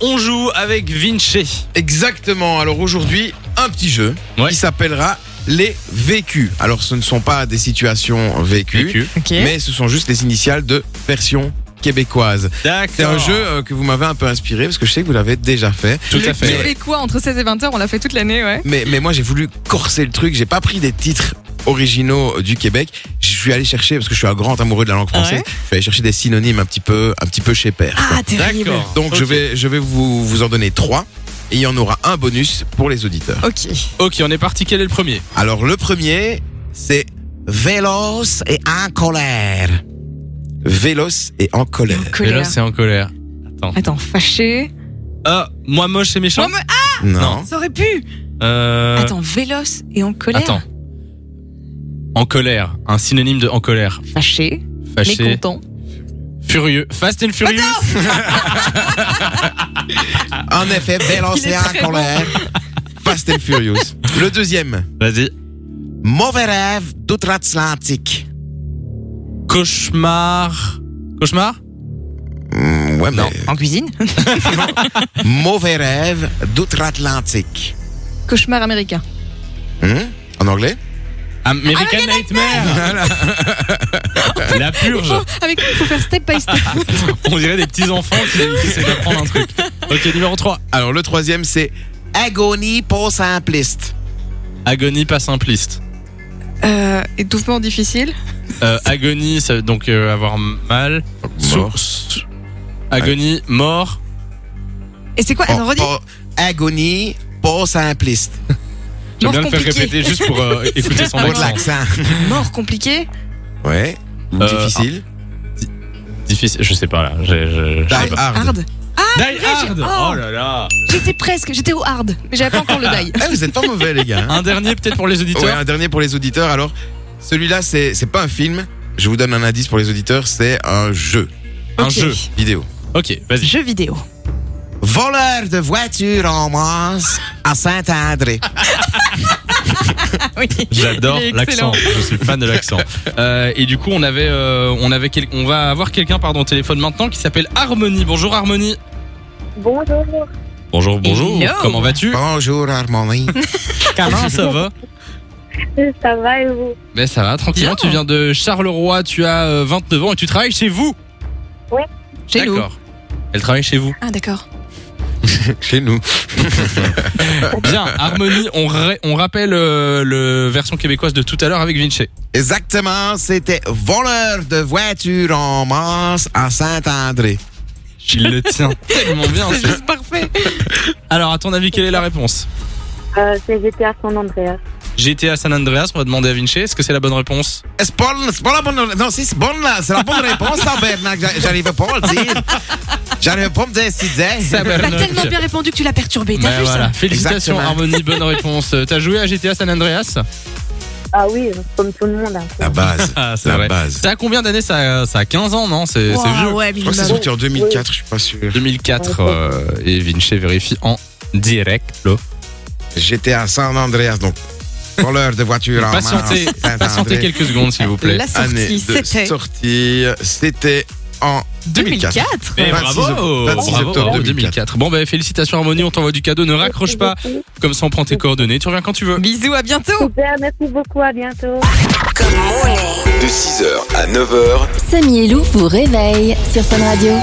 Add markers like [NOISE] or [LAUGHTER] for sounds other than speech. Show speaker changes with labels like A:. A: on joue avec Vinci.
B: Exactement. Alors aujourd'hui, un petit jeu
A: Ouais.
B: qui s'appellera les vécus. Alors ce ne sont pas des situations vécues,
C: Ok.
B: mais ce sont juste les initiales de version québécoise.
A: D'accord.
B: C'est un jeu euh, que vous m'avez un peu inspiré parce que je sais que vous l'avez déjà fait.
A: Tout
C: Le
A: à fait. ouais.
C: Québécois entre 16 et 20 heures, on l'a fait toute l'année, ouais.
B: Mais, mais moi j'ai voulu corser le truc, j'ai pas pris des titres originaux du Québec. Je suis allé chercher parce que je suis un grand amoureux de la langue française. Je suis allé chercher des synonymes un petit peu un petit peu chez père.
C: Ah, terrible.
A: D'accord.
B: Donc je
A: Ok.
B: vais je vais vous vous en donner trois et il y en aura un bonus pour les auditeurs.
C: Ok.
A: Ok, on est parti. Quel est le premier
B: Alors le premier, c'est véloce et en colère. Véloce et en colère.
C: En colère.
A: là, c'est en colère.
C: Attends, fâché.
A: Ah, moi moche et méchant.
C: Moi, me- ah,
B: Non.
C: ça aurait pu.
A: Euh,
C: Attends, véloce et en colère.
A: attends. En colère, un synonyme de en colère.
C: Fâché,
A: Fâché,
C: mécontent.
A: furieux. Fast and Furious.
B: En effet, véloce
C: Il
B: et
C: est très
B: en
C: bon.
B: colère. Fast and Furious. Le deuxième,
A: Vas-y.
B: mauvais rêve d'outre-Atlantique.
A: Cauchemar. Cauchemar
B: Mm, ouais, mais
A: [LAUGHS]
C: En cuisine.
B: mauvais rêve d'outre-Atlantique.
C: Cauchemar américain.
B: Hmm? En anglais
A: American, Nightmare. [LAUGHS] La purge.
C: Oh, avec lui, il faut faire step
A: [LAUGHS]
C: by step.
A: On dirait des petits enfants qui, qui essaient d'apprendre un truc. Ok, numéro 3.
B: Alors le troisième, c'est agonie pour simpliste.
A: Agonie pas simpliste.
C: euh, étouffement difficile.
A: Euh, agonie, ça veut donc euh, avoir mal. Sou- sou- Agonie, mort.
C: Et c'est quoi
A: Oh,
B: Pour-
C: Attends, redis.
B: pour- Oh, agonie pour simpliste.
A: J'aime
C: Mort
A: bien le faire
C: compliqué. Ah,
A: répéter juste pour
C: [LAUGHS]
A: euh, écouter son
B: Pour de
A: accent.
B: l'accent.
C: Mort compliqué.
B: Ouais.
A: Euh,
B: Difficile.
A: Difficile, je sais pas là. j'ai- je- ah, je sais
B: Die
A: pas.
B: hard.
C: Hard.
A: Die Hard.
C: Oh.
A: Oh là là.
C: J'étais presque, j'étais au hard, mais j'avais pas encore le die.
B: Eh, vous êtes pas mauvais, les gars. hein.
A: Un dernier peut-être pour les
B: Ouais,
A: auditeurs.
B: un dernier pour les auditeurs. Alors, celui-là, c'est c'est pas un film. Je vous donne un indice pour les auditeurs. C'est un jeu
A: Un
C: Ok.
A: jeu.
B: vidéo.
A: Ok, vas-y.
C: Jeu vidéo.
B: Voleur de voiture en masse à Saint-André.
C: Ah oui.
A: J'adore
C: Il est
A: l'accent.
C: excellent.
A: Je suis fan de l'accent. Euh, et du coup, on avait, euh, on avait, quel- on va avoir quelqu'un, pardon, au téléphone maintenant qui s'appelle Harmonie. Bonjour Harmonie.
D: Bonjour.
A: Bonjour, bonjour.
C: Hello.
A: Comment vas-tu
B: Bonjour, Harmonie.
A: Comment ça
C: [LAUGHS]
A: va
D: Ça va et vous
A: Ben ça va, tranquillement.
C: Bien.
A: Tu viens de Charleroi, tu as euh, 29 ans et tu travailles chez vous.
C: Chez nous.
A: D'accord. Elle travaille chez vous.
C: Ah d'accord.
B: [LAUGHS] Chez nous.
A: Bien, Harmonie, on, ra- on rappelle euh, le version québécoise de tout à l'heure avec Vinci.
B: Exactement, c'était voleur de voiture en masse à Saint-André.
A: Il le tient tellement [LAUGHS] bien.
C: C'est
A: c'est-
C: juste parfait.
A: Alors, à ton avis, quelle est la réponse
D: euh, C'est GTA San Andreas.
A: GTA San Andreas, on va demander à Vinci, est-ce que c'est la bonne réponse
B: C'est pas, c'est pas la bonne. Non, si, c'est bonne, là. C'est la bonne réponse, tabernacle. J'a- J'arrive pas à le dire. J'arrive pas à me décider.
C: T'as tellement bien répondu que tu l'as perturbé. T'as
A: Bah
C: vu
A: voilà.
C: ça
A: Félicitations
B: Exactement.
A: Harmonie, bonne réponse. Euh, T'as joué à GTA San Andreas
D: Ah oui, comme tout le monde. hein. un peu.
B: La base.
A: Ah,
B: La base.
A: Ça a combien d'années ça, ça a 15 ans, non C'est c'est
C: Ouah,
A: vieux.
C: ouais,
B: Je crois que c'est
C: minimum.
B: sorti en 2004, je suis pas sûr.
A: 2004, euh, et Vinci vérifie en direct. là.
B: J'étais à San Andreas, donc voleur de voiture en masse.
A: Patientez,
B: Saint-André.
A: patientez quelques secondes, s'il vous plaît.
C: La
B: Année
C: sortie,
B: de
C: c'était
B: sortie, c'était en 2004.
C: 2004.
A: Mais
B: 26
A: bravo,
B: octobre
A: bravo,
B: 2004.
A: 2004. Bon, bah, félicitations Harmonie, on t'envoie du cadeau, ne raccroche pas.
D: Merci beaucoup.
A: Comme ça, on prend tes coordonnées, tu reviens quand tu veux.
C: Bisous, à bientôt.
D: Super, merci beaucoup, à bientôt.
E: De 6h à 9h,
F: Samy et Lou vous réveille sur Fun Radio.